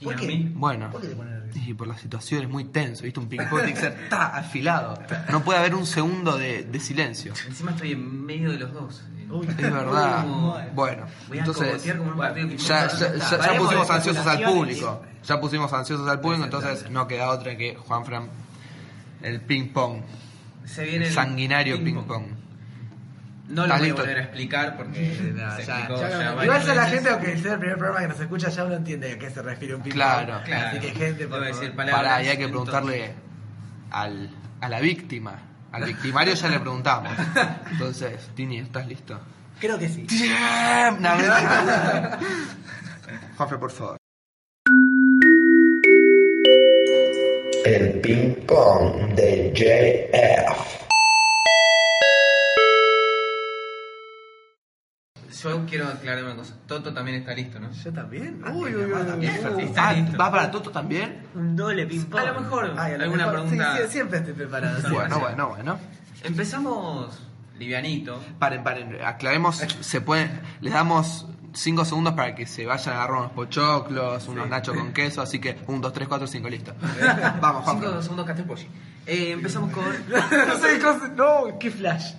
G: ¿Y
F: ¿Por
G: a
F: qué?
G: mí?
B: Bueno,
F: ¿Por qué te pones nervioso?
B: y por la situación es muy tenso, ¿viste? Un ping-pong tiene que ser ta, afilado. No puede haber un segundo de, de silencio.
G: Encima estoy en medio de los dos. Uy,
B: Es verdad. Bueno,
G: Voy a
B: entonces.
G: cogotear como un partido de
B: Ya,
G: ping-pong.
B: ya- ya- ya
J: Paremos
B: pusimos
J: de
B: ansiosos al
J: especulaciones.
B: público. Ya pusimos ansiosos al público, entonces no queda otra que Juanfran. El ping-pong.
G: Se viene
B: El
G: el
B: sanguinario
G: ping-pong.
B: ping-pong.
G: No lo voy a
B: Talento.
G: volver a explicar porque
C: Eh, no,
G: se
C: ya-
G: explicó
C: ya-
G: ya
C: Igual
G: varias
C: ya la
G: veces.
C: gente, aunque sea el primer programa que nos escucha, ya uno entiende a qué se refiere un ping
B: Claro.
G: Claro.
C: Así que
G: Voy
C: gente, por
G: a decir
C: favor.
G: palabras.
B: Pará, y hay que
G: entonces.
B: preguntarle al, a la víctima. Al victimario ya le preguntamos. Entonces, Tini, ¿estás listo?
F: Creo que sí.
B: No, no. Juanfe, por favor.
K: El ping pong de JF.
G: Yo quiero aclarar una cosa. Toto también está listo, ¿no?
C: Yo también.
F: Ah,
C: Uy, uy, uy.
G: Está
B: Ah,
G: listo.
B: ¿Va para Toto también?
J: Un doble ping-pong.
G: A lo mejor
C: Ay, a lo
G: alguna
C: mejor-
G: pregunta.
C: Sí, sí, siempre estoy preparado. siempre.
B: Bueno, bueno, bueno.
G: Empezamos livianito.
B: Paren, paren, aclaremos, se pueden, les damos 5 segundos para que se vayan a agarrar unos pochoclos, unos nachos con queso, así que 1, 2, 3, 4, 5, listo. Vamos,
G: Cinco
B: Juan.
G: segundos Castelpolli. Eh, empezamos con.
C: no sé, cosas- no, qué flash.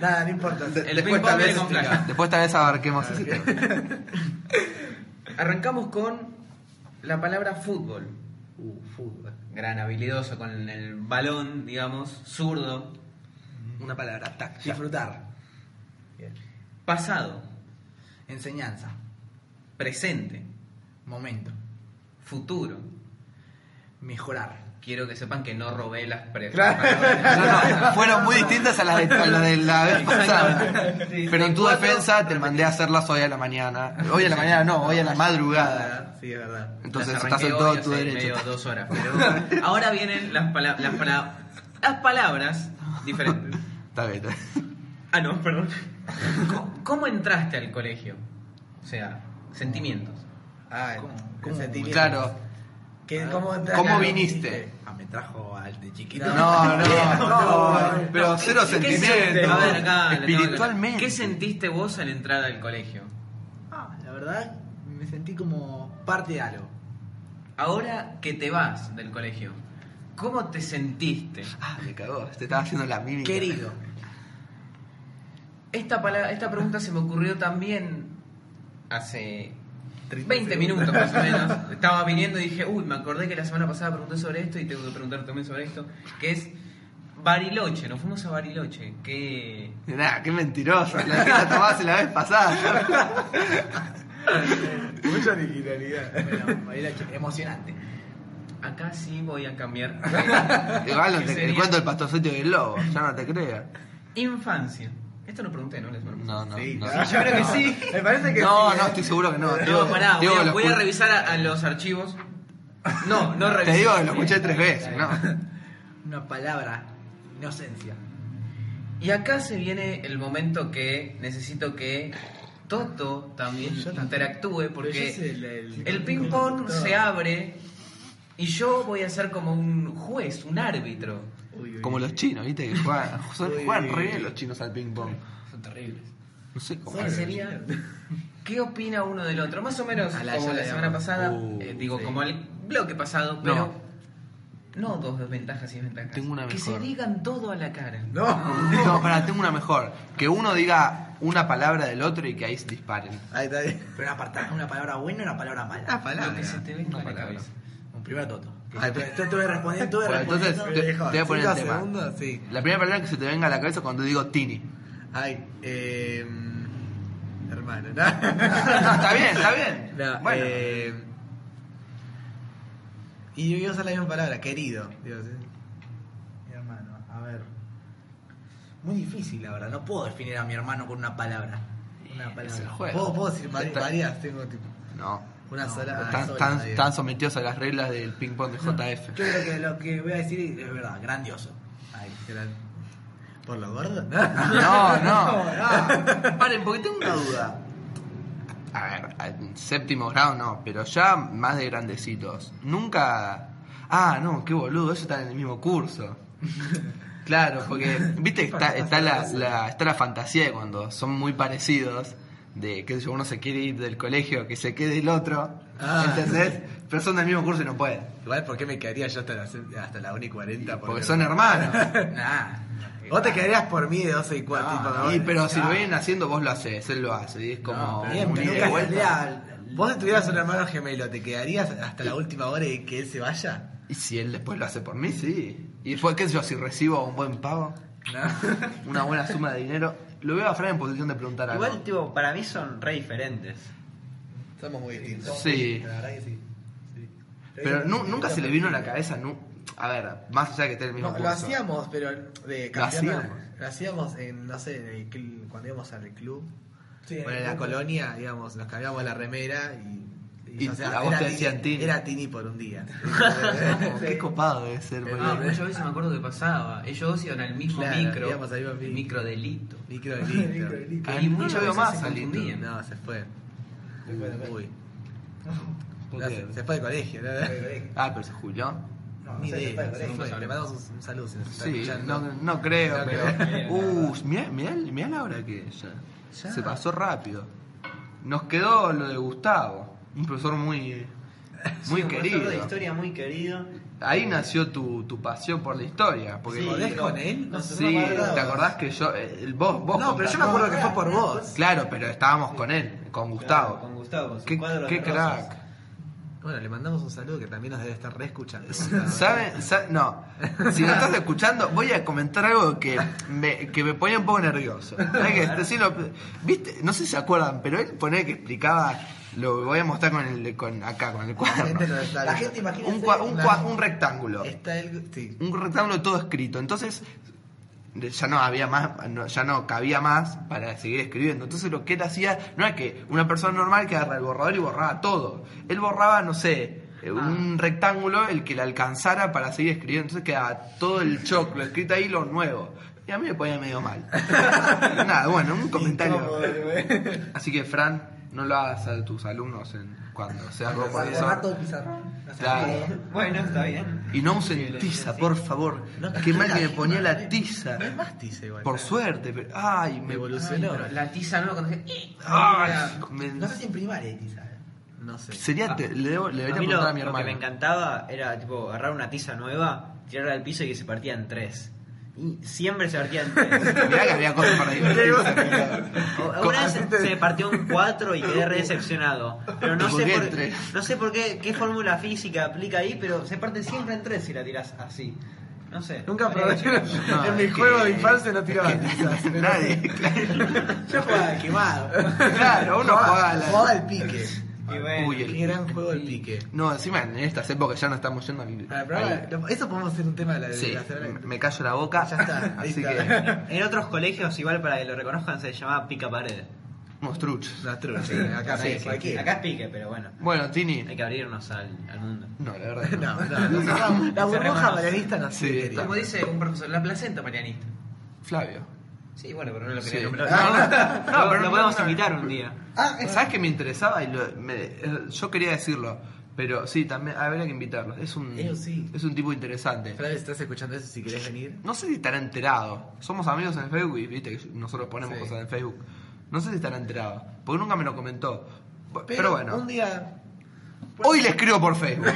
C: Nada, no importa.
G: El ping-pong viene con flash.
B: Después tal vez abarquemos ese tema.
G: Arrancamos con la palabra fútbol.
C: Uh, fútbol.
G: Gran habilidoso con el balón, digamos, zurdo.
B: Una palabra, tac.
F: Disfrutar.
G: Pasado,
F: Enseñanza.
G: presente,
F: Momento.
G: futuro.
F: Mejorar.
G: Quiero que sepan que no robé las pre.
B: No, no, fueron muy distintas a las de, a las de la vez pasada.
G: Sí,
B: Pero en tu
G: cuatro.
B: defensa te mandé a hacerlas hoy a la mañana. Hoy a la mañana no, hoy a la madrugada.
C: Sí, es verdad.
B: Entonces
G: Las
B: estás
G: arranqué
B: en
G: hoy
B: todo
G: hace
B: tu derecho.
G: medio dos horas. pero ahora vienen las, pala- las, pala- las palabras diferentes.
B: Está bien, está bien.
G: Ah, no, perdón. ¿Cómo, cómo entraste al colegio? O sea, sentimientos.
C: Ah, ¿cómo? sentimiento.
B: Claro.
C: ¿Qué-
G: Ah.
C: ¿Cómo, entraste?
B: ¿Cómo viniste?
F: Ah, me trajo al de chiquito.
B: No, no, no,
C: no.
B: pero cero
G: ¿Qué
B: sentimiento.
G: sentiste? A ver, acá, la tengo que-
B: espiritualmente.
G: ¿Qué sentiste vos al entrar al colegio?
F: Ah,
C: verdad me sentí como parte de algo.
G: Ahora que te vas del colegio, ¿cómo te sentiste?
B: Ah, me cagó. Te estaba haciendo la mímica.
C: Querido.
G: Esta, pala- esta pregunta se me ocurrió también hace 20 minutos más o menos. Estaba viniendo y dije, uy, me acordé que la semana pasada pregunté sobre esto y tengo que preguntar también sobre esto, que es Bariloche. Nos fuimos a Bariloche. Que...
B: Mirá, qué mentiroso. La que la tomaste la vez pasada.
F: Mucha originalidad.
C: Bueno, Bariloche, emocionante.
G: Acá sí voy a cambiar.
B: Igual no
G: Que
B: te, te
G: sería
B: cuento el pastorcito y el lobo. Ya no te creas.
G: Infancia. Esto lo pregunté, ¿no? La semana pasada.
B: No, no.
F: Sí,
B: no.
F: claro.
G: Yo creo que sí.
F: Me parece que
B: No,
F: sí,
B: no,
F: ¿eh?
B: estoy seguro que no.
G: No,
B: Digo-
G: pará, voy
B: digo que
G: a,
B: lo
G: voy a
B: escu-
G: revisar a, a los archivos. No, no revisé.
B: Te digo que lo escuché tres veces, ¿no?
C: Una palabra, inocencia.
G: Y acá se viene el momento que necesito que Toto también interactúe
F: Pero yo sé
G: porque
F: el- el-
G: el ping pong se abre y yo voy a ser como un juez, un árbitro.
F: Uy, uy.
B: Como los chinos, ¿viste? Que juegan, son-
F: Uy.
B: juegan re bien los chinos al ping-pong.
G: Son terribles.
B: No sé cómo.
G: ¿Cuál sería? ¿Qué opina uno del otro? Más o menos como la semana pasada,
B: Uh,
G: eh, digo, como el bloque pasado, pero no, dos desventajas y desventajas.
B: Tengo una
G: que se
B: mejor.
G: digan todo a la cara.
F: No.
B: No, pará, tengo una mejor. Que uno diga una palabra del otro y que ahí se disparen.
F: Ahí está bien.
C: Pero una, parta- una palabra buena y una palabra mala.
G: Lo que se te venga a la cabeza.
C: Un primer toto. Que
B: Ay,
C: Yo yo tuve respondiendo, tuve
B: Bueno, entonces
C: respondiendo.
B: te, te voy a poner el
F: Cinco
B: tema.
F: segundos, sí.
B: La primera palabra que se te venga a la cabeza cuando digo Tini.
F: Ay, eh, hermano, ¿no?
B: No, está bien, está bien.
F: No,
B: bueno,
F: eh, y yo iba a usar la misma palabra, querido. Digo, sí.
C: Mi hermano, a ver. Muy difícil, la verdad. No puedo definir a mi hermano con una palabra. Una palabra.
B: es el juego.
F: ¿Puedo, puedo decir vari-
B: Está-
F: varias, tengo tipo
B: No.
F: una sola. ah,
B: Están,
F: sola,
B: están-
F: digo.
B: están sometidos a las reglas del ping-pong de JF.
C: Yo creo que lo que voy a decir es verdad, grandioso.
F: Ay, gran- ¿Por lo gordo?
B: No, no.
G: Paren, porque tengo una duda.
B: A ver, en séptimo grado no, pero ya más de grandecitos. Nunca. Ah, no, qué boludo, ellos están en el mismo curso. Claro, porque, viste, está, está, la, la- está la fantasía de cuando son muy parecidos, de que uno se quiere ir del colegio, que se quede el otro,
F: Ah.
B: ¿entendés? Pero son del mismo curso y no pueden,
F: Igual, ¿por qué me quedaría yo hasta la, hasta la 1 y 40?
B: porque son hermanos.
C: Nah.
G: Ah.
F: Vos te quedarías por mí de 12 y 4. tipo,
B: Ah, Y,
F: vos-
B: pero si lo vienen haciendo, vos lo haces, él lo hace, y es como
C: eh, ah. No,
B: un
C: bien,
B: ida y
C: nunca
B: vuelta.
C: saldría-
F: Vos si tuvieras un hermano gemelo, ¿te quedarías hasta la última hora y que él se vaya?
B: Y si él después lo hace por mí, sí. Y después, qué sé yo, si recibo un buen pago, una buena suma de dinero, lo veo a Fran en posición de preguntar algo.
L: Igual, tipo, para mí son re diferentes.
F: Somos muy distintos.
B: Sí.
F: La verdad que sí. Sí.
B: Pero nu- nunca se le vino a la cabeza, nu- a ver, más allá de que esté en el mismo
F: No, lo
B: curso.
F: hacíamos, pero de campeón-
B: hacíamos.
F: lo hacíamos en, no sé, en el cl- cuando íbamos al club.
C: Sí,
F: bueno, en la colonia, digamos, nos cambiamos la remera y.
B: Y a vos
F: era
B: te decían Tini.
F: Era Tini por un día.
B: Como, qué copado debe ser, boludo.
G: Ah, muchas veces me acuerdo que pasaba. Ellos dos iban al mismo
F: eh. Claro,
G: micro.
F: íbamos al mismo
G: el
F: micro.
G: micro delito.
F: Micro
C: delito.
F: delito.
B: Ah,
G: y
B: no
G: muchas
B: lo veo
G: veces
B: más
G: se
B: al Lito.
G: confundían.
F: No, se fue. Uy.
B: ¿Por
F: No,
B: qué?
F: se, se fue de colegio, ¿no?
B: Ah, pero se jubiló.
F: Ni
C: se
F: idea.
C: fue de
F: se
C: colegio.
F: fue. Le mandamos un, un saludo si nos está
B: Sí, no,
F: escuchando.
B: no creo,
F: No
B: pero.
F: creo.
B: Uh, mirá, mirá- mirá la hora que ya. Se pasó rápido. Nos quedó lo de Gustavo, un profesor muy. Muy
L: Sí, un profesor
B: querido.
L: de historia muy querido.
B: Ahí nació tu, tu pasión por la historia. Porque
L: Sí.
F: ¿Podés con él?
L: No,
B: Sí, ¿te acordás que yo. eh, el- vos, vos
F: No, pero yo me acuerdo que fue por vos.
B: Claro, pero estábamos con él, con Gustavo.
L: Claro, con Gustavo, con su
B: Qué,
L: cuadro de
B: qué
L: rosas.
B: crack.
F: Bueno, le mandamos un saludo que también nos debe estar re escuchando.
B: ¿Saben? Sa- No. Si me estás escuchando, voy a comentar algo que me, que me ponía un poco nervioso. ¿Sabés qué? Decirlo- ¿Viste? No sé si se acuerdan, pero él ponía que explicaba. Lo voy a mostrar con el, con, acá, con el
F: La
B: cuaderno.
F: gente no está-
C: La gente imagina
B: Un, cua- un cua- un rectángulo.
F: Está el. Sí.
B: un rectángulo todo escrito. Entonces ya no había más, no- ya no cabía más para seguir escribiendo. Entonces lo que él hacía no era que una persona normal que agarra el borrador y borraba todo. Él borraba, no sé, eh, un rectángulo el que le alcanzara para seguir escribiendo. Entonces quedaba todo el choclo escrito ahí lo nuevo. Y
F: ¿eh?
B: a mí me ponía medio mal. Nada, bueno, un comentario. Así que Fran, no lo hagas a tus alumnos en, cuando seas vos
F: Marco
B: profesor.
F: Pizarro.
B: Claro.
G: Bueno, está bien.
B: Y no usen tiza, por favor. Qué mal que me ponía la tiza.
C: No es más tiza igual.
B: Por suerte, pero. Ay,
C: Me
B: me.
C: evolucionó.
E: Pero La tiza nueva cuando
G: "Eh".
E: dije.
C: Ah,
B: Ay, me-
F: No sé si en primaria hay tiza. ¿eh?
C: No sé.
B: Sería. te- le, debo- le
G: A
B: debería
G: mí lo,
B: preguntar a mi
G: lo que me
B: hermano.
G: encantaba era tipo agarrar una tiza nueva, tirarla al piso y que se partía en tres. Y siempre se partía en tres.
B: Mirá que había cosas para divertirse.
G: O- Una vez se partió un 4 y quedé re decepcionado. Pero no
B: ¿Por
G: sé
B: qué
G: por,
B: en tres?
G: no sé por qué, qué fórmula física aplica ahí, pero se parte siempre en tres si la tiras así. No sé.
C: Nunca probé.
G: Habría que checar.
B: No,
C: en mi
B: es que-
C: juego de infancia no tiraba
B: es que
C: tizas. pero-
B: Nadie,
F: Yo jugaba quemado.
B: claro, uno juega a la-
C: Jugaba al pique.
G: Y bueno,
B: Uy, el-
C: Qué gran juego el pique.
B: No, encima en estas épocas ya no estamos yendo al.
C: Ah, pero ahora, lo- eso podemos hacer un tema de la de
B: Sí,
C: la semana que-
B: me callo la boca.
C: Ya está,
B: Así
C: listo.
B: que.
G: En otros colegios, igual para que lo reconozcan, se llamaba pica pared.
B: Unos truchos.
C: Las truchas, acá sí, cualquiera.
G: Acá es pique, pero bueno.
B: Bueno, Tini.
G: Hay que abrirnos al, al mundo.
B: No, la verdad. que
C: No, no, no, no. La burbuja marianista no
B: Sí,
C: se
E: Como dice un profesor, la placenta marianista.
B: Flavio.
E: Sí, bueno, pero no lo
B: Sí.
E: quería
B: No,
E: nombrar.
C: Ah,
B: no,
G: Lo-
B: no, pero
G: lo podemos invitar un día.
B: Ah, ¿Sabes que me interesaba? Y lo- me- eh, yo quería decirlo, pero sí, también habría que invitarlo. Es un,
C: Eh, sí.
B: es un tipo interesante.
C: Flavio, estás escuchando eso si querés venir.
B: No sé si estará enterado. Somos amigos en Facebook y viste que nosotros ponemos
C: Sí.
B: cosas en Facebook. No sé si estará enterado, porque nunca me lo comentó. Bu- Pero, bueno,
C: Un día.
B: hoy le escribo por Facebook.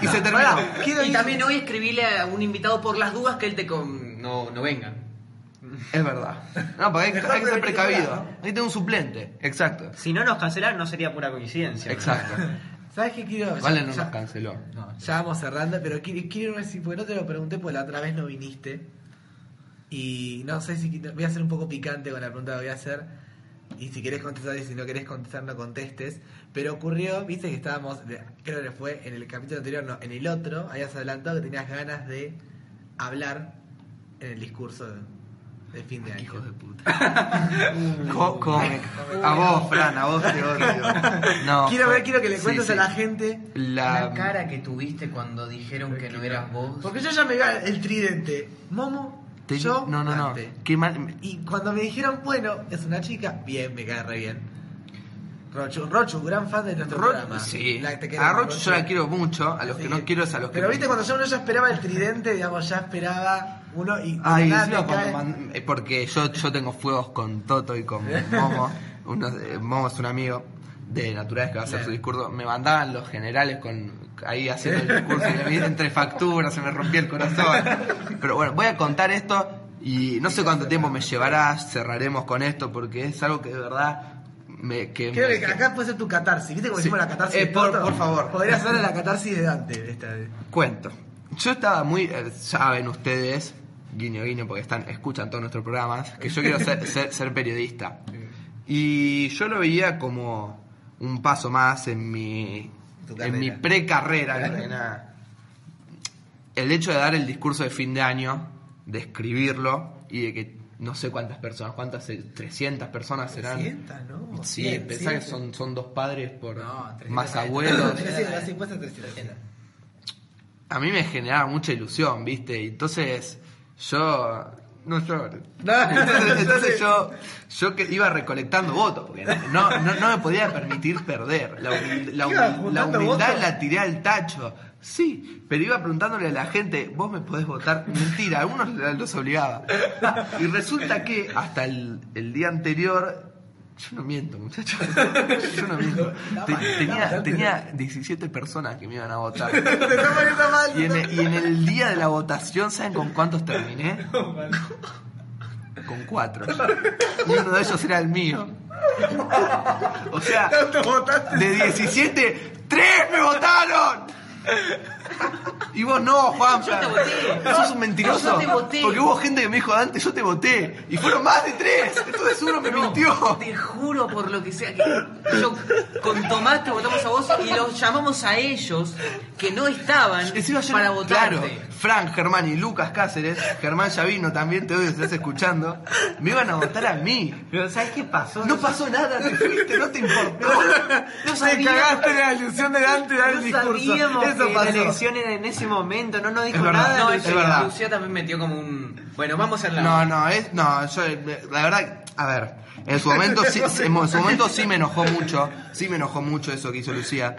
B: Y se terminó.
E: Ah, Y también hoy escribíle a un invitado por las dudas que él te con... no, no venga.
B: Es verdad. No, porque hay, que-
C: Mejor
B: hay que ser
C: prevenir que
B: precavido.
C: curar,
B: Hay que tener un suplente. Exacto.
G: Si no nos cancelaran, no sería pura coincidencia. ¿no?
B: Exacto.
C: ¿Sabes qué quiero?
B: Vale,
C: Pues ya-
B: no nos
C: ya,
B: canceló.
C: no, ya vamos cerrando, pero quiero, quiero irme así, porque no te lo pregunté, porque la otra vez no viniste. Y no sé si. Voy a ser un poco picante con la pregunta que voy a hacer. Y si querés contestar y si no querés contestar, no contestes. Pero ocurrió, viste que estábamos, de- creo que fue en el capítulo anterior, no, en el otro, habías adelantado que tenías ganas de hablar en el discurso de, de fin
E: Ah,
C: de año.
B: Hijos de puta. Co- come. A vos, Fran, a vos te odio. No.
C: quiero ver, quiero que le
B: Sí,
C: cuentes
B: sí.
C: a la gente.
B: La,
E: La cara que tuviste cuando dijeron que no eras vos.
C: Porque yo ya me iba el tridente. Momo,
B: te-
C: yo,
B: no, no, no.
C: Dante.
B: Qué mal.
C: Y cuando me dijeron, bueno, es una chica, bien, me cae re bien. Rochu, Rochu, gran fan de nuestro
B: Rocho,
C: programa.
B: sí.
C: La- te queremos,
B: a Rocho yo la quiero mucho. A los
C: Así
B: que no quiero es a los que.
C: Pero viste, cuando yo uno ya esperaba el tridente, digamos, ya esperaba uno y...
B: Ay,
C: y nada,
B: encima
C: te
B: cuando
C: cae-
B: mand- eh, porque yo, yo tengo fuegos con Toto y con Momo. Uno- eh, Momo es un amigo de Naturales que va a hacer su discurso. Me mandaban los generales con ahí haciendo el discurso y a mí entre facturas se me rompía el corazón. Pero bueno, voy a contar esto y no sé cuánto tiempo me llevará. Cerraremos con esto porque es algo que de verdad me. Que
C: Creo
B: me-
C: que acá puede ser tu catarsis. ¿Viste cómo
B: Sí.
C: hicimos la catarsis?
B: Eh,
C: de
B: por-
C: Toto?
B: por favor.
C: Podrías hacer la catarsis de Dante esta vez.
B: Cuento. Yo estaba muy. eh, saben ustedes, guiño guiño, porque están, escuchan todos nuestros programas, que yo quiero ser, ser- ser periodista. Y yo lo veía como un paso más en mi. En mi precarrera. que era- El hecho de dar el discurso de fin de año, de escribirlo y de que no sé cuántas personas, cuántas, eh, 300 personas serán.
C: Sienta, ¿no?
B: Sí,
C: Bien,
B: pensá que
C: sí.
B: son, son dos padres por
C: No, 300.
B: más abuelos.
C: 300, sí, puede ser 300.
B: a mí me generaba mucha ilusión, ¿viste? Y Entonces, yo. No lloro. Entonces, entonces yo, yo que iba recolectando votos, porque no, no, no me podía permitir perder. La, humil- la
C: Ibas
B: humil- la
C: juntando
B: humildad
C: votos.
B: la tiré al tacho. Sí, pero iba preguntándole a la gente, ¿vos me podés votar? Mentira, algunos los obligaba. Y resulta que hasta el, el día anterior. Yo no miento, muchachos. Yo no miento. Te- Tenía, tenía 17 personas que me iban a votar.
C: Te está poniendo mal.
B: Y en, el, y en el día de la votación, ¿saben con cuántos terminé? Con cuatro. Y uno de ellos era el mío. O sea, de 17, ¡tres me votaron! Y vos no, Juanfran. Yo te voté. Sos un mentiroso.
E: Yo te voté.
B: Porque hubo gente que me dijo, Dante, yo te voté. Y fueron más de tres. Entonces uno me mintió.
E: Te juro por lo que sea que yo con Tomás te votamos a vos y los llamamos a ellos que no estaban
B: Encima yo-
E: para votarte.
B: Claro, Frank, Germán y Lucas Cáceres, Germán Llavino también te odio si estás escuchando, me iban a votar a mí.
G: Pero ¿sabes qué pasó?
B: No pasó nada, te fuiste, no te importó.
C: Te cagaste la ilusión de Dante dar el
G: No
C: discurso.
G: sabíamos
C: Eso
G: que la
C: pasó.
G: elección era en ese ese momento, no nos dijo
B: Es verdad,
G: nada.
E: No,
G: lo
E: es,
G: hizo.
B: verdad.
E: Lucía también metió como un. Bueno, vamos a la.
B: No, no, es, no, yo, eh, la verdad, a ver, en su momento sí, en su momento sí me enojó mucho, sí me enojó mucho eso que hizo Lucía.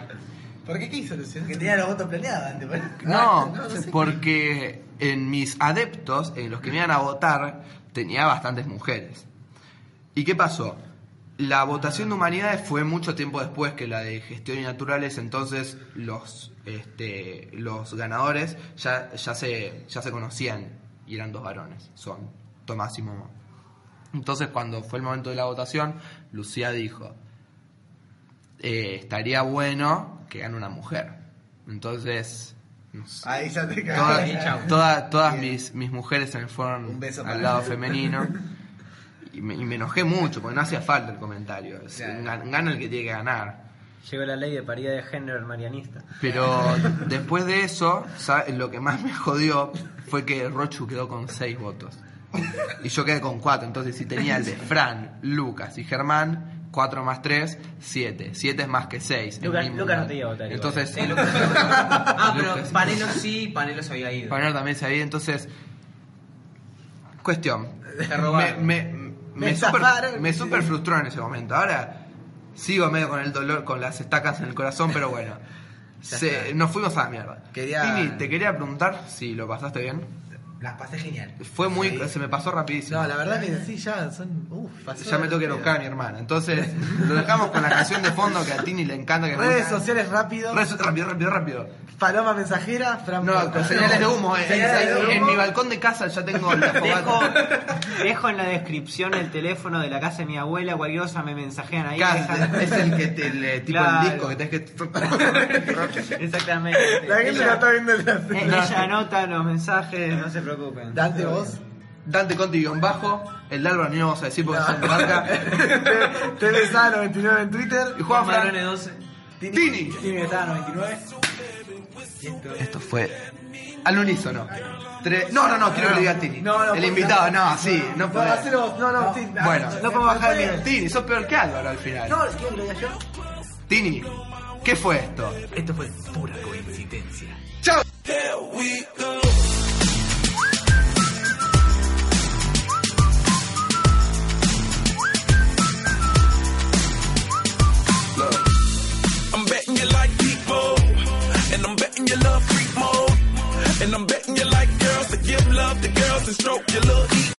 C: ¿Por qué qué hizo Luciano?
F: Que tenía los votos planeados antes. ¿verdad?
B: No, porque en mis adeptos, en los que me iban a votar, tenía bastantes mujeres. ¿Y qué pasó? La votación de humanidades fue mucho tiempo después que la de gestión y naturales, entonces los, este, los ganadores ya, ya, se, ya se conocían y eran dos varones, son Tomás y Momo. Entonces cuando fue el momento de la votación, Lucía dijo, "Eh, estaría bueno que gane una mujer. Entonces, no sé,
C: Ahí ya te
B: Toda-
C: cagaste.
B: toda- todas mis, mis mujeres se me fueron
C: Un beso para
B: al lado
C: mí.
B: femenino. Y me, y me enojé mucho, porque no hacía falta el comentario. Es-
C: Claro.
B: gan- Gana el que tiene que ganar.
G: Llegó la ley de paridad de género marianista.
B: Pero después de eso, sa- lo que más me jodió fue que Rochu quedó con seis votos. Y yo quedé con cuatro. Entonces, si tenía el de Fran, Lucas y Germán, cuatro más tres, siete. Siete es más que seis.
G: Lucas-
B: El mismo
G: Lucas no
B: lugar.
G: te iba a votar igual.
B: Entonces,
E: Sí, Lucas. ah,
B: Lucas.
E: pero Panelo sí, Panelo se había ido.
B: Panero también se había, entonces. Cuestión.
E: Te robaron.
B: Me, me, me super, me super frustró en ese momento. Ahora sigo medio con el dolor, con las estacas en el corazón, pero bueno. Se- nos fuimos a la mierda.
C: Quería-
B: Pini, te quería preguntar si lo pasaste bien.
C: Las pasé genial.
B: Fue muy.
C: Sí.
B: Se me pasó rapidísimo.
C: No, la verdad que sí, ya son. Uf, pasó
B: ya me tengo que ir a buscar a mi hermana. Entonces, lo dejamos con la canción de fondo que a Tini le encanta que
C: Redes
B: ponga.
C: sociales rápido.
B: Redes- rápido, rápido, rápido.
C: Paloma mensajera, Fran
B: No,
C: Paula.
B: con señales de humo. eh.
C: Señales de humo.
B: En mi balcón de casa ya tengo la
G: Dejo,
B: fogata.
G: dejo en la descripción el teléfono de la casa de mi abuela, cualquier cosa me mensajean ahí.
B: Cas-
G: dejan-
B: es el que te, le- tipo
G: Claro.
B: el disco que tenés que
G: Exactamente.
C: La gente no
G: ella,
C: está viendo el
G: eh, ella anota los mensajes, no se preocupen.
C: Dante, vos.
B: Dante Conti guión bajo el de Álvaro ni lo vamos a decir porque son de marca
C: TVSA99 en Twitter.
B: y Juan Fran
E: Marone 12.
B: Tini
F: Tiene que estar a 99.
B: esto fue al unísono Tres- no no no quiero que lo digas Tini
C: No, no,
B: el
C: no,
B: invitado no, sí no,
C: No,
B: podés.
C: hacelo vos. No, no, sí,
B: bueno
C: no puedo bajar el nivel.
B: Tini sos peor que Álvaro al final
F: No, es que lo diga yo.
B: Tini ¿qué fue esto?
F: Esto fue pura coincidencia.
M: I'm betting you like people, and I'm betting you love freak mode, and I'm betting you like girls to give love to girls and stroke your little